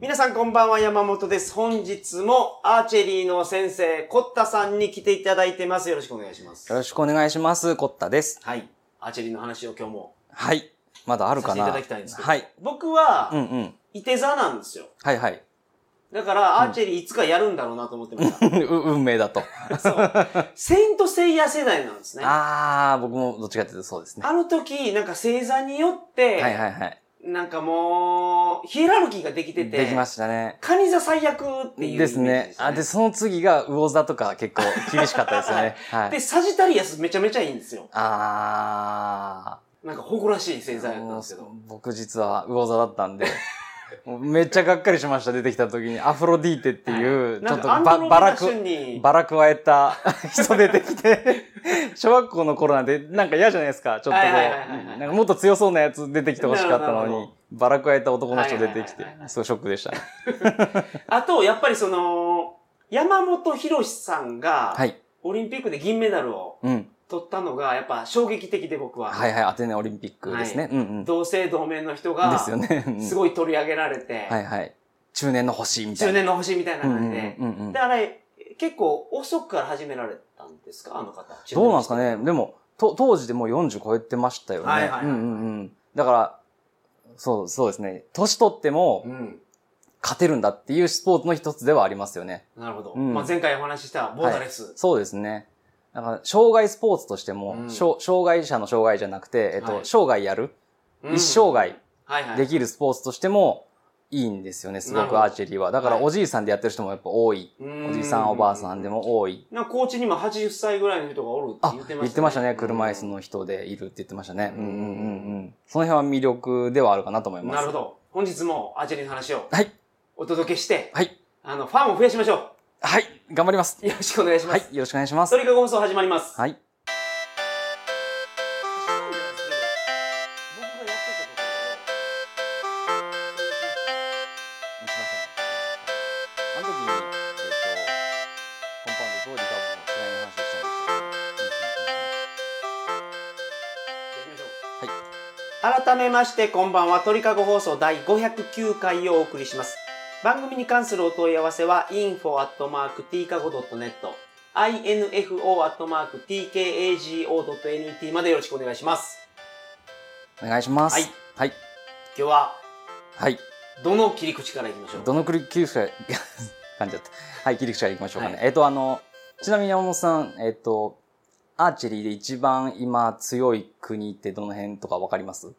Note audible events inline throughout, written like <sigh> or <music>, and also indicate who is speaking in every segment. Speaker 1: 皆さんこんばんは、山本です。本日もアーチェリーの先生、コッタさんに来ていただいてます。よろしくお願いします。
Speaker 2: よろしくお願いします。コッタです。
Speaker 1: はい。アーチェリーの話を今日も
Speaker 2: はい。まだある
Speaker 1: さ
Speaker 2: か
Speaker 1: せてい
Speaker 2: な
Speaker 1: ただきたいんですけど。
Speaker 2: はい。。
Speaker 1: 僕
Speaker 2: うん
Speaker 1: は、
Speaker 2: うん。
Speaker 1: いて座なんですよ。
Speaker 2: はいはい。 <laughs>
Speaker 1: だから、アーチェリーいつかやるんだろうなと思ってまし
Speaker 2: う運命だと。
Speaker 1: た。そう。セイントセイヤ世代なんですね。あ
Speaker 2: あー、僕もどっちかっていうとそうですね。
Speaker 1: の時、なんか星座によっ
Speaker 2: はい
Speaker 1: て、
Speaker 2: はいはい。
Speaker 1: なんかもう、ヒエラルキーができてて、
Speaker 2: できましたね。
Speaker 1: カニ座最悪っていうイメージ
Speaker 2: ですね。あ、で、その次が魚座とか結構厳しかったですよ
Speaker 1: <laughs>
Speaker 2: ね。はい
Speaker 1: で、。サジタリアスめちゃめちゃいいんですよ。
Speaker 2: あ
Speaker 1: なんか誇らしい星
Speaker 2: ー。
Speaker 1: 座やったんですけど。
Speaker 2: 僕実は魚座だったんで。 <laughs> もうめっちゃがっかりしました、出てきた時に。アフロディーテっていう、ちょっと
Speaker 1: バ
Speaker 2: ば
Speaker 1: バ
Speaker 2: ば
Speaker 1: ラ
Speaker 2: ら
Speaker 1: ク
Speaker 2: く、
Speaker 1: に
Speaker 2: バラ加えた <laughs> 人出てきて、小学校の頃なんてなんか嫌じゃないですか。ちょっとこ、
Speaker 1: はいはいはいはいはいう
Speaker 2: なんかもっと強そうなやつ出てきてほしかった
Speaker 1: な
Speaker 2: の
Speaker 1: るほどなる
Speaker 2: に、バラ加えた男の人出てき
Speaker 1: はい
Speaker 2: て
Speaker 1: はいはいは、い
Speaker 2: すごいショックでしたね。
Speaker 1: あと、やっぱりその、山本博さんが
Speaker 2: は、い。
Speaker 1: オリンピックで銀メダルを
Speaker 2: うん。
Speaker 1: 取ったのが、やっぱ衝撃的で僕は。
Speaker 2: はいはい。アテネオリンピックですね。うんうん。で
Speaker 1: 同姓同名の人が、
Speaker 2: すよね。うん
Speaker 1: すごい取り上げられて、
Speaker 2: はいはい。中年の星み
Speaker 1: 中
Speaker 2: たいな。
Speaker 1: 年の星みたいな
Speaker 2: うんう
Speaker 1: 感
Speaker 2: ん
Speaker 1: じで。
Speaker 2: うんうん
Speaker 1: で、あれ、結構遅くから始められたんですかあの方。
Speaker 2: どうなんですかね。でも、と当時でもう40超えてましたよね。
Speaker 1: はいはいはい
Speaker 2: うんうんうん。だから、そう、そうですね。年取っても
Speaker 1: うん。
Speaker 2: 勝てるんだっていうスポーツの一つではありますよね。
Speaker 1: なるほど。
Speaker 2: うん
Speaker 1: まあ、前回お話ししたボーダレス。
Speaker 2: そうですね。だから、障害スポーツとしても、
Speaker 1: うん
Speaker 2: 障障害者の障害じゃなくて、えっと、
Speaker 1: はい
Speaker 2: 生涯やる、
Speaker 1: うん
Speaker 2: 一生涯
Speaker 1: はいはい。
Speaker 2: できるスポーツとしても、いいんですよね、すご
Speaker 1: なるほ
Speaker 2: く
Speaker 1: ど
Speaker 2: アーチェリーは。だから、
Speaker 1: はい
Speaker 2: おじいさんでやってる人もやっぱ多い。
Speaker 1: お
Speaker 2: おじいさん、おばあさんで。も多い。
Speaker 1: なんかコーチにも80歳ぐらいの人がおるって
Speaker 2: あ、
Speaker 1: 言
Speaker 2: 言
Speaker 1: ってましたね。
Speaker 2: ってましたね。車椅子の人でいるって言ってましたね。
Speaker 1: う
Speaker 2: うんんうんうんうん。その辺は魅力ではあるかなと思い
Speaker 1: うん。
Speaker 2: ます。
Speaker 1: なるほど。本日もアーチェリーの話を
Speaker 2: はい。
Speaker 1: お届けして、
Speaker 2: はい。
Speaker 1: あの、ファンを増やしましょ
Speaker 2: はい。頑張ります。
Speaker 1: う。よろしくお願いしま
Speaker 2: はい
Speaker 1: す。。
Speaker 2: よろしくお願いします
Speaker 1: そ。れが放送始まります。
Speaker 2: はい。しません。あの時に、えっ、と、コンパウンドとリカバーの違いの話をした
Speaker 1: はい改めましてこんばんは鳥かご放送第509回をお送りします番組に関するお問い合わせは info.tkago.net info.tkago.net までよろしくお願いします
Speaker 2: んですよ。お願いします。
Speaker 1: はい。
Speaker 2: はい。
Speaker 1: 今日は
Speaker 2: はい。
Speaker 1: どの切り口からいきましょう
Speaker 2: どのくり切り口から、 <laughs> 噛んじゃった。はい、切り口からいきましょうかね。
Speaker 1: は
Speaker 2: えっ、と、あの、ちなみに山本さん、えっ、と、アーチェリーで一番今強い国ってどの辺とかわかります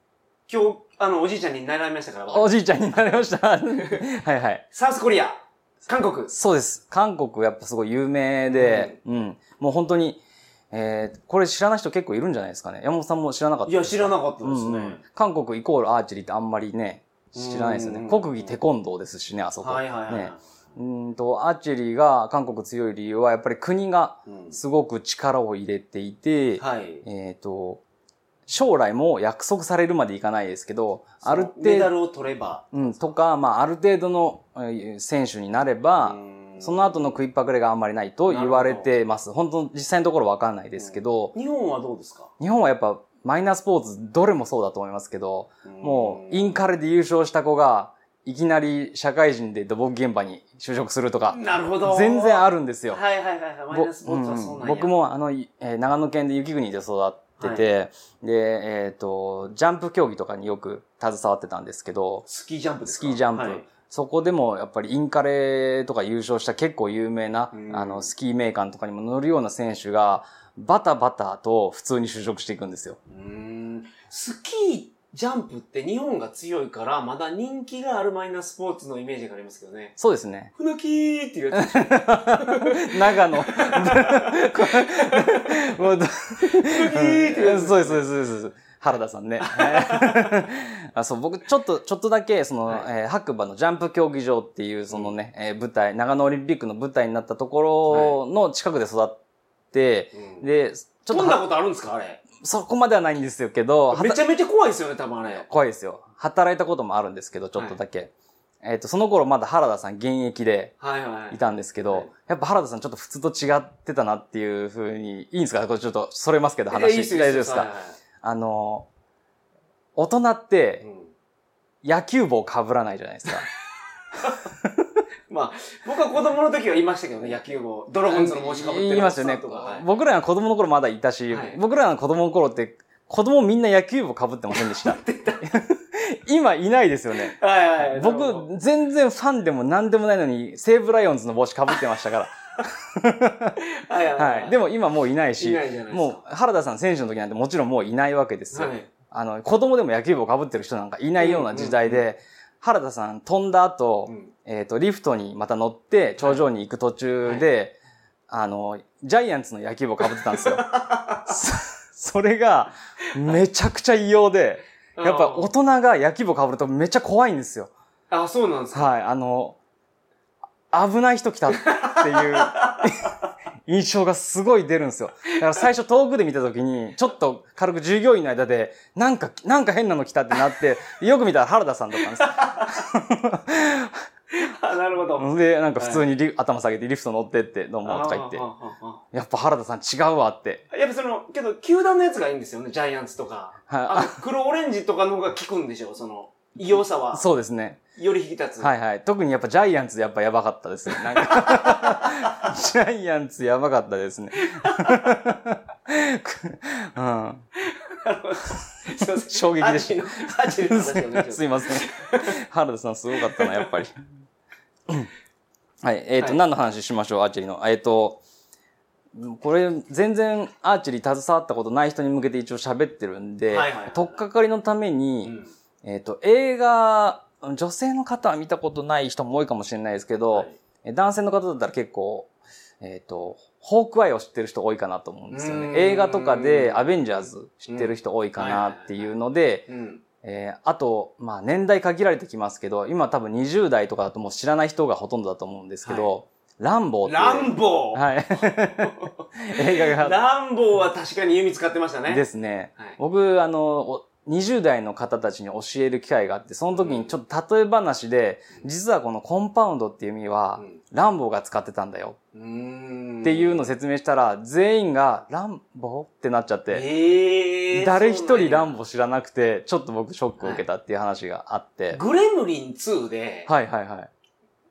Speaker 1: 今日あのおじいちゃんに習いましたから
Speaker 2: おじいちゃんになりました。 <laughs> はいはい。
Speaker 1: サウスコリア韓国
Speaker 2: そうです。韓国やっぱすごい有名で、うん。もう本当に、えー、これ知らない人結構いるんじゃないですかね。山本さんも知らなかった
Speaker 1: いや知ら
Speaker 2: か
Speaker 1: なかったですね、
Speaker 2: うん、韓国イコールアーチェリーってあんまりね、知らないですよ
Speaker 1: うん
Speaker 2: ね。国技テコンドーですしね、あそこ。
Speaker 1: はいはいはい、
Speaker 2: ねうんと、アーチェリーが韓国強い理由は、やっぱり国が
Speaker 1: うん
Speaker 2: すごく力を入れていて、
Speaker 1: はい
Speaker 2: えっ、と、将来も約束されるまでいかないですけど、ある
Speaker 1: そのメ
Speaker 2: 程
Speaker 1: ダ
Speaker 2: 度、
Speaker 1: ルを取れば
Speaker 2: うん、とか、まあ、ある程度のえー選手になれば、
Speaker 1: うん
Speaker 2: その後の食いっぱぐれがあんまりないと言われてます。本当、実際のところわかんないですけど、
Speaker 1: 日本はどうですか
Speaker 2: 日本はやっぱマイナースポーツ、どれもそうだと思いますけど、もう、インカレで優勝した子が、いきなり社会人で土木現場に就職するとか、
Speaker 1: なるほど
Speaker 2: 全然あ
Speaker 1: る
Speaker 2: るんですよ。
Speaker 1: はいはいはいはいマイナスポーツはそうなんや、
Speaker 2: ぼうん僕もあの、いえー長野県で雪国で育ってて、で、えっ、と、ジャンプ競技とかによく携わってたんですけど、
Speaker 1: スキージャンプですか
Speaker 2: スキージャンプ
Speaker 1: はい
Speaker 2: そこでもやっぱりインカレとか優勝した結構有名な、
Speaker 1: うん
Speaker 2: あの、スキーメーカーとかにも乗るような選手が、バタバタと普通に就職していくんですよ。
Speaker 1: うーんスキージャンプって日本が強いからまだ人気があるマイナースポーツのイメージがありますけどね。
Speaker 2: そうですね
Speaker 1: <laughs> 船木ーっていうやつ <laughs>
Speaker 2: 長野。 <laughs> もうど
Speaker 1: 船木ーっていうやつ
Speaker 2: そうです、そうです、そうです。原田
Speaker 1: <laughs>
Speaker 2: さんね。あそう、僕、ちょっと、ちょっとだけ、その、
Speaker 1: はい
Speaker 2: えー白馬のジャンプ競技場っていう、そのね、えー舞台、長野オリンピックの舞台になったところの近くで育って、
Speaker 1: うん
Speaker 2: で、ちょ
Speaker 1: 飛
Speaker 2: っと
Speaker 1: んだ
Speaker 2: は、
Speaker 1: ことあるんですかあれ
Speaker 2: そこまではないんですよけど、はた
Speaker 1: めちゃめちゃ怖いですよね多分あれ
Speaker 2: 怖いですよ。働いたこともあるんですけど、ちょっとだけ。えっ、と、その頃まだ原田さん現役で
Speaker 1: はいはい
Speaker 2: いたんですけど、
Speaker 1: はい
Speaker 2: やっぱ原田さんちょっと普通と違ってたなっていうふうに、いいんですかこれちょっと、それますけど
Speaker 1: いやい
Speaker 2: 話。
Speaker 1: いっすよいい
Speaker 2: 大
Speaker 1: っ
Speaker 2: 丈夫ですす
Speaker 1: よ
Speaker 2: か、
Speaker 1: はいはい
Speaker 2: あの、大人って
Speaker 1: うん
Speaker 2: 野球帽被らないじゃないですか。
Speaker 1: まあ、僕は子供の時はいましたけどね、野球を。ドラゴンズの申しかぶってる
Speaker 2: 言いますよ
Speaker 1: お
Speaker 2: ね
Speaker 1: っさんとかはい。
Speaker 2: 僕らが子供の頃まだいたし、
Speaker 1: はい
Speaker 2: 僕らが子供の頃って、子供みんな野球部被ってません
Speaker 1: <laughs>
Speaker 2: でした。 <laughs> 今いないですよね。
Speaker 1: はいはいはい。なるほど
Speaker 2: 僕、全然ファンでも何でもないのに、西武ライオンズの帽子被ってましたか
Speaker 1: はいは <laughs>
Speaker 2: ら。
Speaker 1: いはい。
Speaker 2: はい。でも今もういない
Speaker 1: い
Speaker 2: し、
Speaker 1: ないじゃないですか。
Speaker 2: もう原田さん選手の時なんてもちろんもういないわけですよ。
Speaker 1: はい。
Speaker 2: あの、子供でも野球部を被ってる人なんかいないような時代で、
Speaker 1: うんう
Speaker 2: 原田さん飛んだ後、
Speaker 1: うん
Speaker 2: えっ、と、リフトにまた乗って、頂上に行く途中で、あの、ジャイアンツの野球帽被ってたんですよ。 <laughs> そそれが、めちゃくちゃ異様で、やっぱ大人が野球帽被るとめっちゃ怖いんですよ。
Speaker 1: ああ、そうなんですか。
Speaker 2: はい、あの、危ない人来たっていう
Speaker 1: <laughs>
Speaker 2: 印象がすごい出るんですよ。だから最初遠くで見た時に、ちょっと軽く従業員の間で、なんか、なんか変なの来たってなって、よく見たら原田さんだったんですよ
Speaker 1: あなるほど。
Speaker 2: うんで、 <laughs> なんか普通にリ頭下げてリフト乗ってって、どうもとか言って
Speaker 1: あ。ああ
Speaker 2: やっぱ原田さん違うわって。
Speaker 1: あやっぱその、けど、球団のやつがいいんですよね、ジャイアンツと
Speaker 2: <laughs>
Speaker 1: か。あ
Speaker 2: は
Speaker 1: の黒オレンジとかの方が効くんでしょう、その、異様さ
Speaker 2: い。
Speaker 1: は。
Speaker 2: そうですね。
Speaker 1: より引き立つ。
Speaker 2: はいはい。特にやっぱジャイアンツやっぱやばかったですね。なんか <laughs> ジャイアンツやばかったですね。 <laughs> うん、
Speaker 1: <laughs> すいません
Speaker 2: 衝撃でし
Speaker 1: アーチの、アーチの話をね
Speaker 2: すいません。原田さんすごかったな、や
Speaker 1: <laughs>
Speaker 2: っぱり。はい。えっ、と、
Speaker 1: はい
Speaker 2: 何の話しましょう、アーチェリーの。えっ、と、これ、全然アーチェリー携わったことない人に向けて一応喋ってるんで、
Speaker 1: はいはいはい
Speaker 2: とっかかりのために、
Speaker 1: うん
Speaker 2: えっ、と、映画、女性の方は見たことない人も多いかもしれないですけど、
Speaker 1: はい
Speaker 2: え男性の方だったら結構、えっ、と、ホークアイを知ってる人多いかなと思うんですよ
Speaker 1: うーん
Speaker 2: ね。映画とかでアベンジャーズ知ってる人多いかなっていうので、
Speaker 1: うん。
Speaker 2: えーあと、まあ年代限られてきますけど、今多分20代とかだともう知らない人がほとんどだと思うんですけど、ランボーっていう。
Speaker 1: ランボー、 <laughs>
Speaker 2: はい。映画が
Speaker 1: ランボーは確かに弓使ってましたね。
Speaker 2: ですね。
Speaker 1: はい。
Speaker 2: 僕、あの、お20代の方たちに教える機会があって、その時にちょっと例え話で、実はこのコンパウンドっていう意味は、ランボーが使ってたんだよ
Speaker 1: うん
Speaker 2: っていうのを説明したら、全員がランボーってなっちゃって、
Speaker 1: えー、
Speaker 2: 誰一人ラ
Speaker 1: ボ
Speaker 2: ンボー知らなくて、ちょっと僕ショックを受けたっていう話があって、
Speaker 1: グレムリン2で、
Speaker 2: はいはいはい。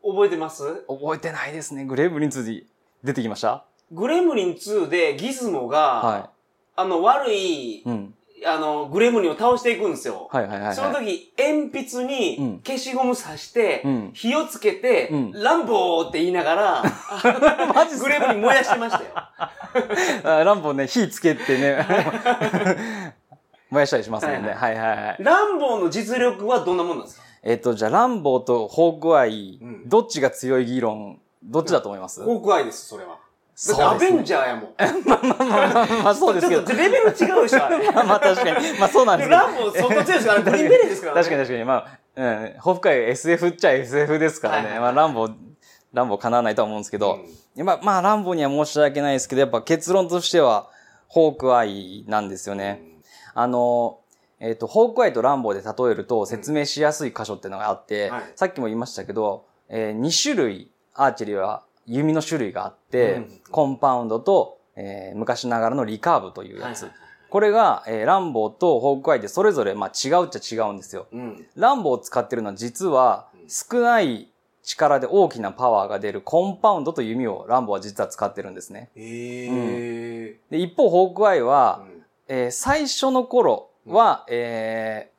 Speaker 1: 覚えてます
Speaker 2: 覚えてないですね。グレーブリンツに出てきました
Speaker 1: グレムリン2でギズモが、
Speaker 2: は
Speaker 1: あの、悪い
Speaker 2: い。、うん。
Speaker 1: あの、グレムリンを倒していくんですよ。
Speaker 2: はいはいはい、はい。
Speaker 1: その時、鉛筆
Speaker 2: う
Speaker 1: に
Speaker 2: ん
Speaker 1: 消しゴム刺して、
Speaker 2: うん
Speaker 1: 火をつけて、
Speaker 2: うん
Speaker 1: ランボーって言いながら、
Speaker 2: <laughs> <laughs> マジっす
Speaker 1: グ
Speaker 2: か
Speaker 1: レープに燃やしてま
Speaker 2: <laughs>
Speaker 1: したよ。
Speaker 2: あランボーね、火つけ
Speaker 1: <laughs>
Speaker 2: てね、燃やしたりしますもんね。はいはいはい。
Speaker 1: ランボーの実力はどんなもんなんですか
Speaker 2: えっ、と、じゃあ、ランボーとホークアイ、
Speaker 1: うん
Speaker 2: どっちが強い議論、どっちだと思います、
Speaker 1: ホークアイです、それは。だって
Speaker 2: そ
Speaker 1: ア
Speaker 2: うで
Speaker 1: ベ
Speaker 2: す
Speaker 1: ン
Speaker 2: ね。
Speaker 1: ジャーやもん。
Speaker 2: まあまあ <laughs> まあまあ、 <laughs> そうですけ
Speaker 1: ちょ
Speaker 2: ど
Speaker 1: っと。レベル違うでし
Speaker 2: <laughs>
Speaker 1: ょ、あれ。
Speaker 2: まあまあ、確かに。まあ、そうなんですけど。
Speaker 1: ランボー相当強いですから、グリーンベレーですからね。
Speaker 2: 確かに確かに。まあ、うん、ホークアイ SF っちゃ SF ですからね。
Speaker 1: はいはい
Speaker 2: まあ、ランボー、ランボー叶わないとは思うんですけど。
Speaker 1: うん
Speaker 2: まあ、まあ、ランボーには申し訳ないですけど、やっぱ結論としては、ホークアイなんですよね。あの、えっ、と、ホークアイとランボーで例えると説明しやすい箇所っていうのがあって、
Speaker 1: はい
Speaker 2: さっきも言いましたけど、え2種類、アーチェリーは弓の種類があって、
Speaker 1: うん
Speaker 2: コンパウンドと、えー昔ながらのリカーブという
Speaker 1: は
Speaker 2: や
Speaker 1: い
Speaker 2: つ。これが、えーランボーとホークアイでそれぞれ、まあ、違うっちゃ違うんですよ。
Speaker 1: うん。
Speaker 2: ランボーを使ってるのは実は
Speaker 1: うん
Speaker 2: 少ない力で大きなパワーが出るコンパウンドという弓をランボーは実は使ってるんですね。
Speaker 1: ええ
Speaker 2: で一方、ホークアイは、
Speaker 1: ー。
Speaker 2: えー最初の頃は、えー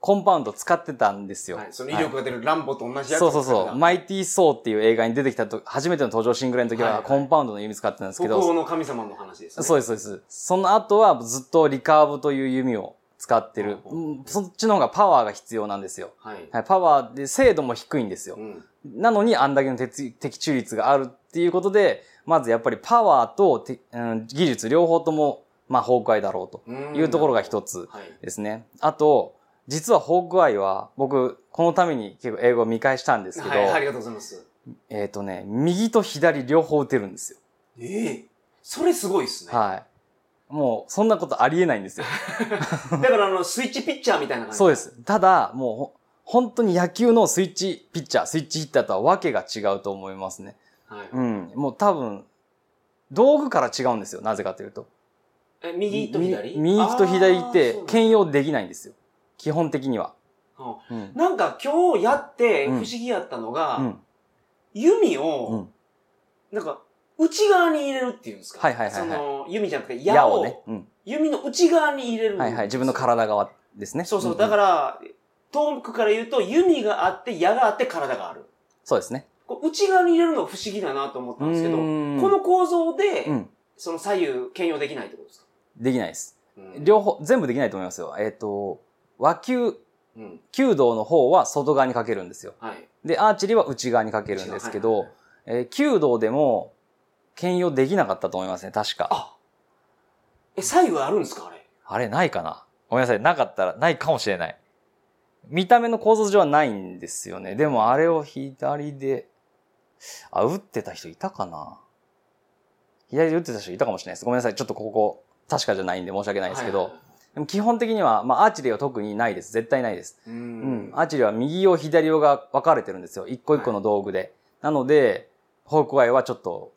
Speaker 2: コンパウンド使ってたんですよ。
Speaker 1: はい、その威力が出るランボーと同じやつ
Speaker 2: そ
Speaker 1: を
Speaker 2: う
Speaker 1: 使
Speaker 2: そう
Speaker 1: ったら。
Speaker 2: そう。マイティー・ソーっていう映画に出てきたと、初めての登場シングルの時
Speaker 1: はいは
Speaker 2: はいコンパウンドの弓使ってたんですけ
Speaker 1: 北
Speaker 2: ど、
Speaker 1: 欧の神様の話です、ね。
Speaker 2: そうです、そうです。その後はずっとリカーブという弓を使ってる。
Speaker 1: ほうほ
Speaker 2: うんそっちの方がパワーが必要なんですよ。
Speaker 1: はい。
Speaker 2: はい、パワーで精度も低いんですよ
Speaker 1: う。ん。
Speaker 2: なのにあんだけの的的中率があるっていうことで、まずやっぱりパワーとて、うん、技術両方とも、まあ、崩壊だろうと。いうところが一つ
Speaker 1: はい。
Speaker 2: ですね。あと、実はホークアイは、僕、このために結構英語を見返したんですけど、
Speaker 1: はい、ありがとうございます。
Speaker 2: えっ、とね、右と左両方打てるんですよ。
Speaker 1: ええそれすごいですね。
Speaker 2: はい。もう、そんなことありえないんですよ。
Speaker 1: だからあの、スイッチピッチャーみたいな感じ。
Speaker 2: そうで。す。ただ、もうほ、本当に野球のスイッチピッチャー、スイッチヒッターとはわけが違うと思いますね。
Speaker 1: はい。
Speaker 2: うん。もう多分、道具から違うんですよ。なぜかというと。
Speaker 1: え、右と左
Speaker 2: み右と左
Speaker 1: あ
Speaker 2: っ
Speaker 1: ー
Speaker 2: て
Speaker 1: そうなんだ
Speaker 2: 兼用できないんですよ。基本的には。うん。
Speaker 1: なんか今日やって不
Speaker 2: うん
Speaker 1: 思議やったのが、
Speaker 2: うん。
Speaker 1: 弓
Speaker 2: う
Speaker 1: を
Speaker 2: ん、
Speaker 1: なんか内側に入れるっていうんですか。
Speaker 2: はいはいはいはい
Speaker 1: その弓じゃなくて矢
Speaker 2: 矢
Speaker 1: を
Speaker 2: をね。うん。
Speaker 1: 弓の内側に入れるんです
Speaker 2: はいはい。自分の体側ですね。。
Speaker 1: そうそう。だからら、遠くから言うと弓があって矢があって体がある。
Speaker 2: そうですね。
Speaker 1: こう内側に入れるのが不思議だなと思ったんですけど、
Speaker 2: う
Speaker 1: こ
Speaker 2: ーん
Speaker 1: の構造で、
Speaker 2: うん。
Speaker 1: その左右兼用できないってことですか
Speaker 2: できないです。
Speaker 1: うん
Speaker 2: 両方、全部できないと思いますよ。えっと、和球、
Speaker 1: うん。
Speaker 2: 弓道の方は外側にかけるんですよ。
Speaker 1: はい。
Speaker 2: で、アーチェリーは内側にかけるんです
Speaker 1: は
Speaker 2: け
Speaker 1: い
Speaker 2: ど
Speaker 1: はい、
Speaker 2: えー弓道でも、兼用できなかったと思いますね、確か。
Speaker 1: あえ、左右あるんですかあれ。
Speaker 2: あれ、ないかなごめんなさい。なかったら、ないかもしれない。見た目の構造上はないんですよね。でも、あれを左で、あ、打ってた人いたかな左で打ってた人いたかもしれないです。ごめんなさい。ちょっとここ、確かじゃないんで申し訳ないですけど。
Speaker 1: はいはいは
Speaker 2: でも基本的には、まあ、アーチェリーは特にないです。絶対ないです。
Speaker 1: いう
Speaker 2: うんん。アーチェリーは右用、左用が分かれてるんですよ。一個一個の道具で。なので、フォークアイはちょっと、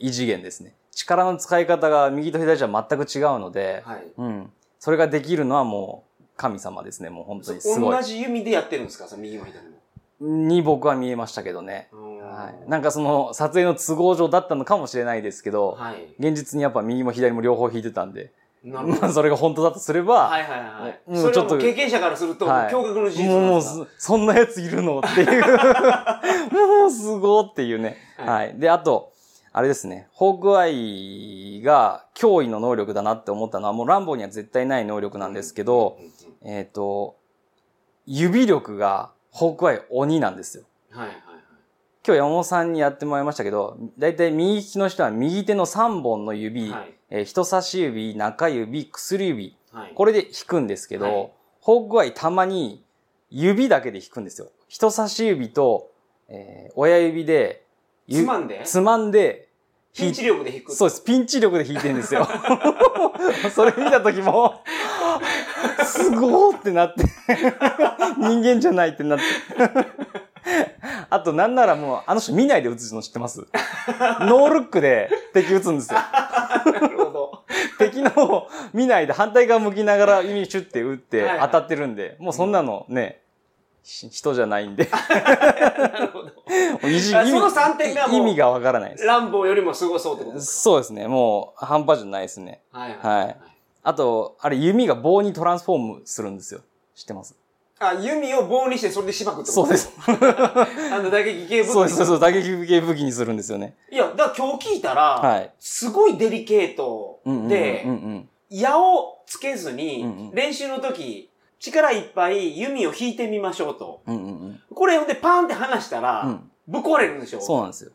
Speaker 2: 異次元ですね。力の使い方が右と左じゃ全く違うので、
Speaker 1: はい。
Speaker 2: うん。それができるのはもう神様ですね。もう本当にすごい
Speaker 1: 同。じ弓でやってるんですかその右も左も。
Speaker 2: に僕は見えましたけどね。はい。なんかその撮影の都合上だったのかもしれないですけど、
Speaker 1: はい。
Speaker 2: 現実にやっぱ右も左も両方引いてたんで、
Speaker 1: なるほ
Speaker 2: ま
Speaker 1: ど。
Speaker 2: あそれが本当だとすれば、
Speaker 1: はいはいはい。
Speaker 2: もう
Speaker 1: それ
Speaker 2: ち
Speaker 1: は
Speaker 2: ょ
Speaker 1: も
Speaker 2: っと
Speaker 1: う経験者からすると、もう
Speaker 2: はい
Speaker 1: 驚愕の事実
Speaker 2: もう
Speaker 1: なん
Speaker 2: も
Speaker 1: で
Speaker 2: う
Speaker 1: すか
Speaker 2: そそんなやついるのって
Speaker 1: <laughs>
Speaker 2: いう。もうすごっていうね。
Speaker 1: は
Speaker 2: はい。で、あと、あれですね。ホークアイが脅威の能力だなって思ったのは、もうランボーには絶対ない能力なんですけど、
Speaker 1: うんうん
Speaker 2: えっ、と、指力が、ホークアイ鬼なんですよ。
Speaker 1: はいはい
Speaker 2: 今日山本さんにやってもらいましたけど、だいたい右利きの人は右手の3本の指、
Speaker 1: はい。
Speaker 2: えー人差し指、中指、薬指、
Speaker 1: はい。はい。
Speaker 2: これで弾くんですけど、
Speaker 1: はい
Speaker 2: ホークアイたまに指だけで弾くんですよ。人差し指と、えー親指で、ゆ
Speaker 1: つまんで
Speaker 2: つまんで、
Speaker 1: ピンチ力で引く。
Speaker 2: そうです。ピンチ力で弾いてるんですよ。 <laughs> それ見た時も、すごーってなって、人間じゃないってなって。あと、なんならもう、あの人見ないで撃つの知ってますノールックで敵撃つんですよ。
Speaker 1: なるほど。
Speaker 2: 敵の見ないで反対側向きながら指シュッて撃って
Speaker 1: はいはい
Speaker 2: 当たってるんで、もうそんなのね、し人じゃない
Speaker 1: <laughs>
Speaker 2: んで、
Speaker 1: なるほど。
Speaker 2: もう意地
Speaker 1: あその3点がもう
Speaker 2: 意味がわからないで
Speaker 1: 乱暴よりもすごそうってことです
Speaker 2: す。そうですね。もう半端じゃないですね。
Speaker 1: か。はい
Speaker 2: はい。あと、あれ、弓が棒にトランスフォームするんですよ。知ってます
Speaker 1: あ、弓を棒にしてそれでしばくってこと
Speaker 2: そうです。
Speaker 1: あの、打撃系武器。
Speaker 2: そうです、そうそう、打撃系武器にするんですよね。
Speaker 1: いや、だから今日聞いたら、
Speaker 2: はい。
Speaker 1: すごいデリケート
Speaker 2: うんうんうん
Speaker 1: で、
Speaker 2: うんうん
Speaker 1: 矢をつけずに、
Speaker 2: うんうん
Speaker 1: 練習の時、力いっぱい弓を引いてみましょうと。
Speaker 2: うんうんうん
Speaker 1: これでパーンって離したら、
Speaker 2: うん
Speaker 1: ぶっ壊れるんでしょ
Speaker 2: そうなんですよ。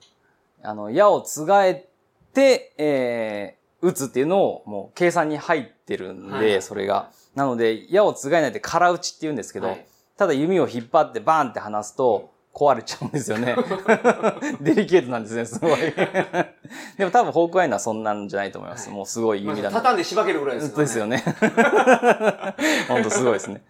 Speaker 2: あの、矢をつがえて、えー、打つっていうのを、もう計算に入ってるん
Speaker 1: はい
Speaker 2: で、それが。なので、矢をつがえないで空打ちって言うんですけ
Speaker 1: は
Speaker 2: ど
Speaker 1: い、
Speaker 2: ただ弓を引っ張ってバーンって離すと、壊れちゃうんです
Speaker 1: <laughs>
Speaker 2: よね。デリケートなんですね、すごい。でも多分、ホークアイナはそんなんじゃないと思います。
Speaker 1: はい
Speaker 2: もうすごい
Speaker 1: まあ
Speaker 2: 弓だな。
Speaker 1: 畳んでしばけるぐらいですから、ね。
Speaker 2: です
Speaker 1: <laughs>
Speaker 2: よね。本当すごいですね。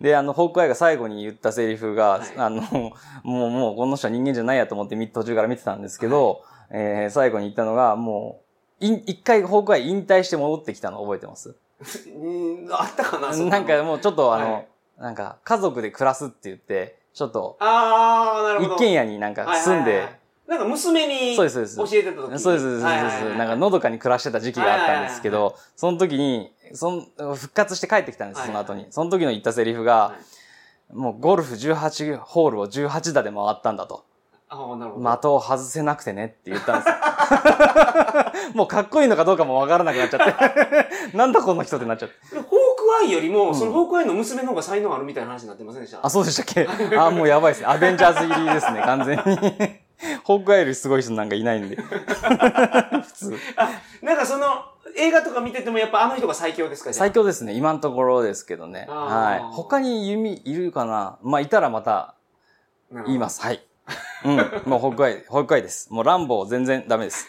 Speaker 2: で、あの、ホークアイが最後に言ったセリフが、
Speaker 1: はい
Speaker 2: あの、もう、もう、この人は人間じゃないやと思ってみ途中から見てたんですけど、えー最後に言ったのが、もう、いん一回ホークアイ引退して戻ってきたの覚えてます
Speaker 1: うんあったかな、そ
Speaker 2: なんか
Speaker 1: あ
Speaker 2: もうちょっとあの、
Speaker 1: はい
Speaker 2: なんか、家族で暮らすって言って、ちょっと、
Speaker 1: あー、なるほど。
Speaker 2: 一軒家になんか住
Speaker 1: はい
Speaker 2: ん
Speaker 1: はい
Speaker 2: で
Speaker 1: はい、なんか娘に
Speaker 2: そう
Speaker 1: 教え
Speaker 2: です、そうです。
Speaker 1: てた時
Speaker 2: そうです、そうです、そう
Speaker 1: はい
Speaker 2: で
Speaker 1: はいはい
Speaker 2: す。なんか、のどかに暮らしてた時期があったんですけど、その時に、その、復活して帰ってきたんです、その後
Speaker 1: はい
Speaker 2: に。その時の言ったセリフ
Speaker 1: は
Speaker 2: が、もうゴルフ18ホールを18打で回ったんだと。
Speaker 1: あーなるほど。
Speaker 2: 的を外せなくてねって言ったん
Speaker 1: <laughs>
Speaker 2: ですよ。もうかっこいいのかどうかもわからなくなっちゃって。 <laughs> なんだこの人ってなっちゃって。
Speaker 1: でホークアイよりも、そのホークアイの娘の方が才能あるみたいな話になってませんでした
Speaker 2: あ、そうでしたっ
Speaker 1: <laughs>
Speaker 2: けあ、もうやばいですね。アベンジャーズ入りですね、完全に。 <laughs> ホークアイよりすごい人なんかいないんで。普通。
Speaker 1: なんかその、映画とか見ててもやっぱあの人が最強ですかじゃあ
Speaker 2: 最強ですね。今のところですけどね。
Speaker 1: あ
Speaker 2: は
Speaker 1: ー
Speaker 2: い。他に弓いるかなまあ、いたらまた
Speaker 1: なるほど
Speaker 2: 言います。はい。うん。もう北海、北海です。もう乱暴全然ダ
Speaker 1: <laughs>
Speaker 2: メです。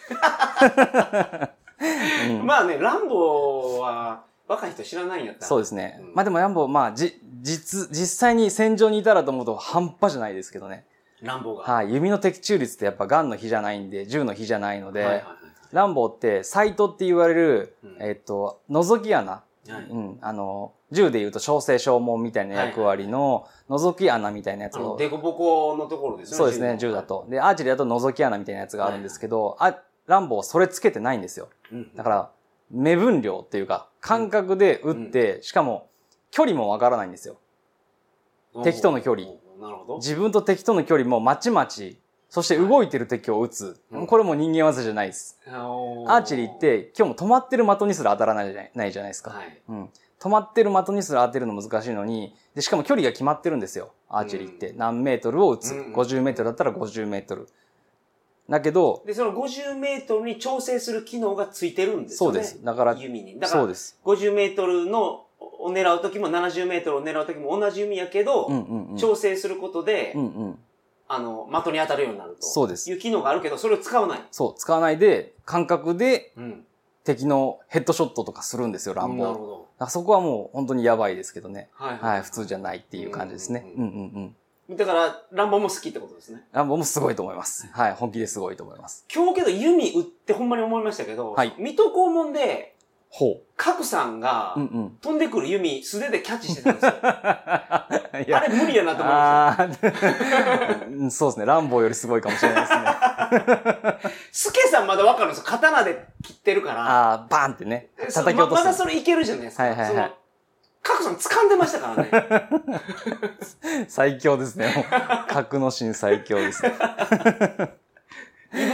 Speaker 2: うん
Speaker 1: まあね、ランボーは若い人知らないんやったら。
Speaker 2: そうですね
Speaker 1: うん。
Speaker 2: まあでも乱暴、まあ、じ、実、実際に戦場にいたらと思うと半端じゃないですけどね。
Speaker 1: ランボーが。
Speaker 2: はい。弓の的中率ってやっぱガンの比じゃないんで、銃の比じゃないの
Speaker 1: はいはい
Speaker 2: で
Speaker 1: は、い
Speaker 2: 乱暴ってサイトって言われる
Speaker 1: うん、
Speaker 2: えっと、覗き穴。
Speaker 1: はい。
Speaker 2: うん、あの、銃で言うと小生小門みたいな役割の、覗き穴みたいなやつ
Speaker 1: あの、
Speaker 2: を、
Speaker 1: デコボコのところですね。
Speaker 2: そうですね、銃だ。と。で、アーチェリーだと覗き穴みたいなやつがあるんですけど、あ、ランボーはそれつけてないんですよ。
Speaker 1: うん。
Speaker 2: だから、目分量っていうか、感覚で撃って、しかも、距離もわからないんですよ。
Speaker 1: ら
Speaker 2: 敵との距離。
Speaker 1: なるほど。
Speaker 2: 自分と敵との距離もまちまち、そして動いてる敵を撃つ
Speaker 1: うん。
Speaker 2: これも人間技じゃないです。ア
Speaker 1: ア
Speaker 2: ーチェリーっ、て、今日も止まってる的にすら当たらないじゃないないじゃないですか。
Speaker 1: はい。
Speaker 2: うん。止まってる的にすら当てるの難しいのに、で、しかも距離が決まってるんですよ。アーチェリーって。何メートルを打つ。
Speaker 1: うん
Speaker 2: 50メートルだったら50メートル。だけど、
Speaker 1: で、その50メートルに調整する機能がついてるんです
Speaker 2: そ
Speaker 1: よ
Speaker 2: う
Speaker 1: ね。
Speaker 2: です。。だから、
Speaker 1: 弓に。だか
Speaker 2: そう
Speaker 1: ら、
Speaker 2: です。
Speaker 1: 50メートルのを狙うときも70メートルを狙うときも同じ弓やけど、
Speaker 2: うんうんうん。
Speaker 1: 調整することで、
Speaker 2: うんうん。
Speaker 1: あの、的に当たるようになると。
Speaker 2: そうです
Speaker 1: いう機能があるけど、それを使わない。
Speaker 2: そう、使わないで、感覚で
Speaker 1: うん。
Speaker 2: 敵のヘッドショットとかするんですよ、乱暴。
Speaker 1: なる
Speaker 2: だか
Speaker 1: ほど。
Speaker 2: らそこはもう本当にやばいですけどね。
Speaker 1: はい
Speaker 2: はい、普通じゃないっていう感じですね。
Speaker 1: う
Speaker 2: うんんうんうん。
Speaker 1: だから、乱暴も好きってことですね。
Speaker 2: ランボーもすごいと思います。はい、本気ですごいと思います。
Speaker 1: 今日けど弓打ってほんまに思いましたけど、
Speaker 2: はい
Speaker 1: 水戸黄門で、
Speaker 2: ほ
Speaker 1: 角さんが
Speaker 2: う。うんうん。
Speaker 1: 飛んでくる弓素手でキャッチしてたんですよ。
Speaker 2: <laughs> い
Speaker 1: あれ無理やな <laughs> と思いま
Speaker 2: あーうんそうですね。ランボーよりすごいかもしれない
Speaker 1: <laughs>
Speaker 2: です
Speaker 1: し
Speaker 2: ね。
Speaker 1: た。スケさんまだわかるんですよ。刀で切ってるから。
Speaker 2: ああ、バーンってね。
Speaker 1: そ
Speaker 2: 叩き落と
Speaker 1: ままだ
Speaker 2: す。
Speaker 1: それいけるじゃないですか。
Speaker 2: はいはいは
Speaker 1: そ
Speaker 2: い
Speaker 1: の角さん掴んでましたから
Speaker 2: <laughs>
Speaker 1: ね。
Speaker 2: 最強ですね。もう格の神最強で
Speaker 1: <laughs>
Speaker 2: すね。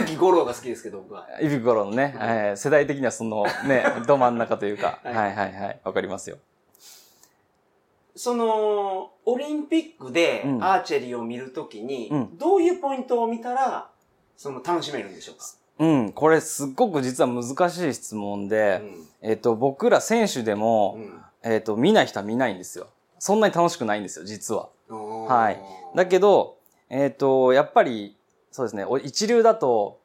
Speaker 1: 伊吹五郎が好きですけど、僕は。
Speaker 2: イビコロのね、えー世代的にはそのね、ど真ん中というか。
Speaker 1: <laughs> は
Speaker 2: はいいはいはい。わかりますよ。
Speaker 1: その、オリンピックで
Speaker 2: うん
Speaker 1: アーチェリーを見るときに、
Speaker 2: うん
Speaker 1: どういうポイントを見たら、その、楽しめるんでしょうか。
Speaker 2: うん、これすっごく実は難しい質問で、えっ、と、僕ら選手で
Speaker 1: う
Speaker 2: も、
Speaker 1: ん
Speaker 2: えっ、と、見ない人は見ないんですよ。そんなに楽しくないんですよ、実は。
Speaker 1: うん
Speaker 2: はいだけど、えっ、と、やっぱり、そうですね、お一流だと、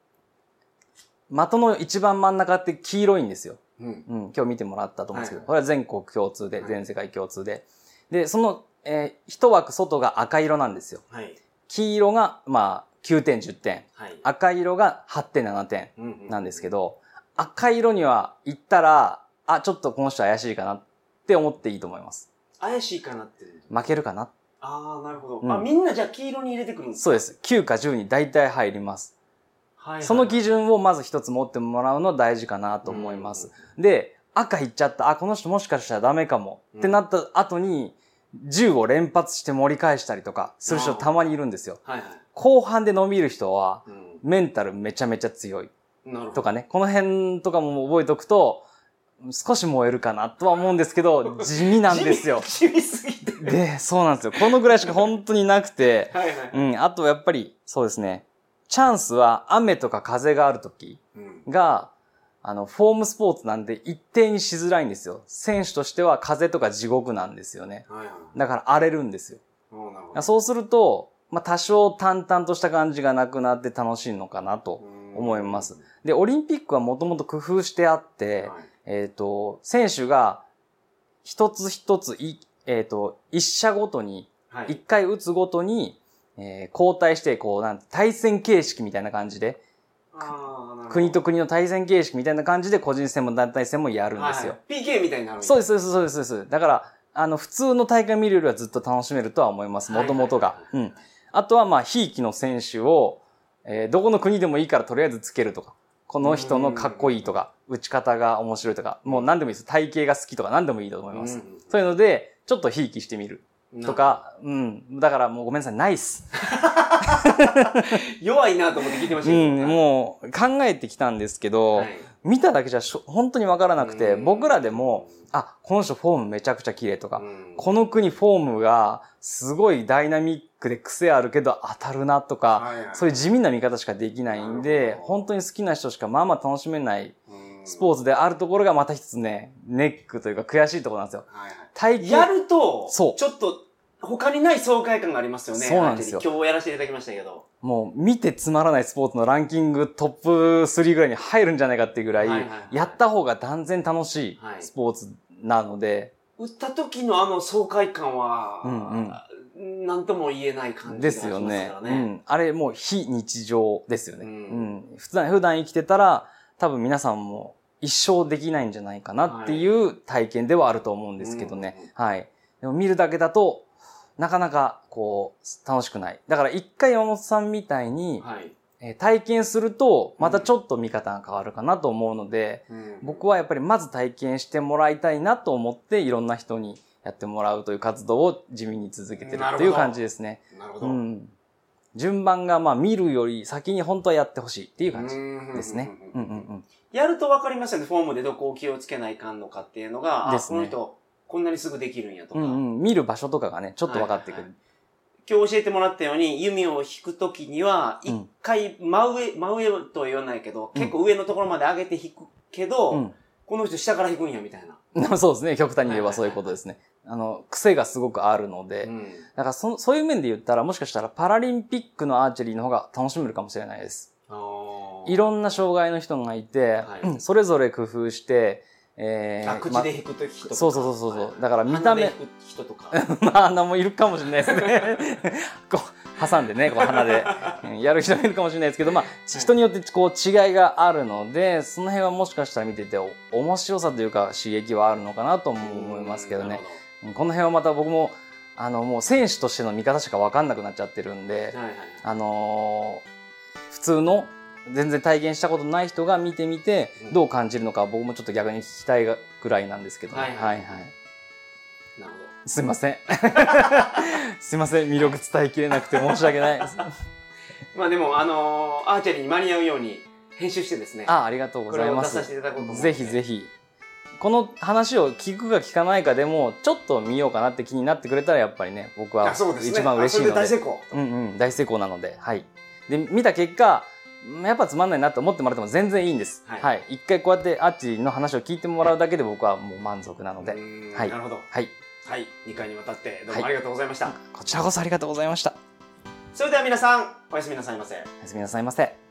Speaker 2: 的の一番真ん中って黄色いんですよ。
Speaker 1: うん
Speaker 2: うん、今日見てもらったと思うんですけど、
Speaker 1: はい
Speaker 2: これは全国共通で、
Speaker 1: はい
Speaker 2: 全世界共通で。で、その、えー一枠外が赤色なんですよ。
Speaker 1: はい。
Speaker 2: 黄色が、まあ、9点、10点。
Speaker 1: はい。
Speaker 2: 赤色が8点、7点なんですけ
Speaker 1: ど。
Speaker 2: ど、赤色には行ったら、あ、ちょっとこの人怪しいかなって思っていいと思います。
Speaker 1: 怪しいかなって。
Speaker 2: 負けるかな
Speaker 1: ああ、なるほど。
Speaker 2: うん
Speaker 1: あ、みんなじゃあ黄色に入れてくるんですか
Speaker 2: そうです。9か10に大体入ります。
Speaker 1: はいはい。
Speaker 2: その基準をまず一つ持ってもらうの大事かなと思います。で、赤いっちゃった、あ、この人もしかしたらダメかも、
Speaker 1: うん
Speaker 2: ってなった後に、銃を連発して盛り返したりとかする人たまにいるんですよ。
Speaker 1: うん。はいはい。
Speaker 2: 後半で伸びる人は、
Speaker 1: う
Speaker 2: メンタルめちゃめちゃ強い
Speaker 1: ん。なるほど。。
Speaker 2: とかね、この辺とかも覚えておくと、少し燃えるかなとは思うんですけど、地味なんですよ
Speaker 1: 地味地味すぎて。
Speaker 2: で、そうなんですよ。このぐらいしか本当になくて、
Speaker 1: はいはい。
Speaker 2: うん、あとやっぱり、そうですね、チャンスは雨とか風がある時
Speaker 1: うん。
Speaker 2: が、あの、フォームスポーツなんで一定にしづらいんですよ。選手としては風とか地獄なんですよね。
Speaker 1: はいはい。
Speaker 2: だから荒れるんですよ。
Speaker 1: おーなるほど。
Speaker 2: そうすると、まあ、多少淡々とした感じがなくなって楽しいのかなと。
Speaker 1: うん
Speaker 2: 思います。で、オリンピックはもともと工夫してあって、
Speaker 1: はい
Speaker 2: えっ、と、選手が一つ一つい、えっ、と、一射ごとに、
Speaker 1: は
Speaker 2: 一
Speaker 1: い。
Speaker 2: 回打つごとに、えー交代して、こう、なんて対戦形式みたいな感じで、国と国の対戦形式みたいな感じで個人戦も団体戦もやるんですよ。
Speaker 1: はいはい。PK みたいになるんだ
Speaker 2: そうです、そうです、そうです、そうです。だから、あの、普通の大会見るよりはずっと楽しめるとは思います、
Speaker 1: はい
Speaker 2: も
Speaker 1: はい
Speaker 2: と
Speaker 1: はい
Speaker 2: もとが。うん。あとは、まあ、ひいきの選手を、えーどこの国でもいいからとりあえずつけるとか、この人のかっこいいとか、打ち方が面白いとか、もう何でもいいです。体型が好きとか何でもいいと思います。
Speaker 1: うん
Speaker 2: そういうので、ちょっとひいきしてみると。か、うん。だからもうごめんなさい、ないっす。
Speaker 1: な弱いなと思って聞いてまし
Speaker 2: う
Speaker 1: たけど。
Speaker 2: ん、もう考えてきたんですけど、
Speaker 1: はい
Speaker 2: 見ただけじゃしょ本当にわからなくて、
Speaker 1: うん
Speaker 2: 僕らでも、あ、この人フォームめちゃくちゃ綺麗とか
Speaker 1: う、ん
Speaker 2: この国フォームがすごいダイナミックで癖あるけど当たるなとか、
Speaker 1: はいはい
Speaker 2: そういう地味な見方しかできないん
Speaker 1: なる
Speaker 2: で、
Speaker 1: ほど
Speaker 2: 本当に好きな人しかまあまあ楽しめない
Speaker 1: うん
Speaker 2: スポーツであるところがまた一つね、ネックというか悔しいところなんですよ。
Speaker 1: はいはい
Speaker 2: 体
Speaker 1: や
Speaker 2: 型、
Speaker 1: ると、
Speaker 2: そう
Speaker 1: ちょっと、他にない爽快感がありますよね。
Speaker 2: そうなんですよ
Speaker 1: 今日やらせていただきましたけど。
Speaker 2: もう見てつまらないスポーツのランキングトップ3ぐらいに入るんじゃないかっていうぐら
Speaker 1: はいはいはいい、
Speaker 2: やった方が断然楽しい
Speaker 1: はい
Speaker 2: スポーツなので、
Speaker 1: 打った時のあの爽快感
Speaker 2: うんうん
Speaker 1: は、なんとも言えない感じが
Speaker 2: で
Speaker 1: します
Speaker 2: す
Speaker 1: か
Speaker 2: よ
Speaker 1: らね。。
Speaker 2: ねうん。あれもう非日常ですよね。
Speaker 1: う
Speaker 2: うんん。普段、普段生きてたら、多分皆さんも一生できないんじゃないかなっていう体験ではあると思うんですけどね。はい。でも見るだけだと、なかなかこう、楽しくない。だから一回山本さんみたいに、
Speaker 1: はい。
Speaker 2: えー体験すると、またちょっと見方が変わるかなと思うので、
Speaker 1: うん
Speaker 2: 僕はやっぱりまず体験してもらいたいなと思って、いろんな人にやってもらうという活動を地味に続けてる
Speaker 1: なる
Speaker 2: と
Speaker 1: ほど
Speaker 2: いう感じですね。
Speaker 1: なるほ
Speaker 2: う
Speaker 1: ど。うん
Speaker 2: ん。順番が、まあ見るより先に本当はやってほしいっていう感じですね。う
Speaker 1: うんんうん
Speaker 2: うん
Speaker 1: うん
Speaker 2: うん。
Speaker 1: やると分かりますよね、フォームでどこを気をつけないかんのかっていうのが、
Speaker 2: で
Speaker 1: あ
Speaker 2: す
Speaker 1: こ
Speaker 2: ね
Speaker 1: の人、こんなにすぐできるんやとか、
Speaker 2: うんうん、見る場所とかがね、ちょっと分かってく
Speaker 1: はい
Speaker 2: る。
Speaker 1: 今日教えてもらったように、弓を引くときには、
Speaker 2: うん
Speaker 1: 一回真上、真上とは言わないけど、
Speaker 2: うん
Speaker 1: 結構上のところまで上げて引くけど、
Speaker 2: うん
Speaker 1: この人下から引くんやみたいな。
Speaker 2: そうですね、極端に言えばそういうことですね。あの、癖がすごくあるので、
Speaker 1: うん
Speaker 2: だからそそういう面で言ったら、もしかしたらパラリンピックのアーチェリーの方が楽しめるかもしれないです。
Speaker 1: あー
Speaker 2: いろんな障害の人がいて、
Speaker 1: はい
Speaker 2: うんそれぞれ工夫して、えー
Speaker 1: あ口で引くときとか。
Speaker 2: そうそうそうそうそう
Speaker 1: はい
Speaker 2: だから見た目
Speaker 1: 鼻で引く人とか。
Speaker 2: まあ、穴もいるかもしれないですね。 <laughs> こう、挟んでね、こう鼻で、うんやる人もいるかもしれないですけど、まあ、ち人によってこう違いがあるので、その辺はもしかしたら見てて、お面白さというか刺激はあるのかなとも <laughs> 思いますけどね。うんこの辺はまた僕も、あの、もう選手としての見方しかわかんなくなっちゃってるん
Speaker 1: なる
Speaker 2: で
Speaker 1: ほど。、はいはい
Speaker 2: あのー普通の、全然体験したことない人が見てみて
Speaker 1: う、ん
Speaker 2: どう感じるのか僕もちょっと逆に聞きたいぐらいなんですけどね。
Speaker 1: はいはい
Speaker 2: はい
Speaker 1: なる
Speaker 2: すいません。 <laughs> すいません。魅力伝えきれなくて申し訳ないです。
Speaker 1: ほど。まあでも、あのーアーチェリーに間に合うように編集してですね。
Speaker 2: あ、ありがとうご
Speaker 1: こ
Speaker 2: ざ
Speaker 1: れ
Speaker 2: い
Speaker 1: を
Speaker 2: ま
Speaker 1: 出させ
Speaker 2: す。
Speaker 1: ていただこうと思
Speaker 2: ぜひぜ
Speaker 1: ひ。
Speaker 2: ひ。この話を聞くか聞かないかでも、ちょっと見ようかなって気になってくれたら、やっぱりね、僕は
Speaker 1: あ、そうですね。
Speaker 2: 一番嬉しいの
Speaker 1: あそれで大成
Speaker 2: で。
Speaker 1: 功。
Speaker 2: うんうん、大成功なので、はい。で、見た結果、うんやっぱつまんないなと思ってもらっても全然いいんです。
Speaker 1: はい
Speaker 2: はい。一回こうやってアーチーの話を聞いてもらうだけで僕はもう満足なので。
Speaker 1: うん
Speaker 2: はい
Speaker 1: なるほど。
Speaker 2: はい。
Speaker 1: はい。2回にわたってどう
Speaker 2: はい
Speaker 1: もありがとうございました。
Speaker 2: こちらこそありがとうございました。
Speaker 1: それでは皆さん、おやすみなさいませ。
Speaker 2: おやすみなさいませ。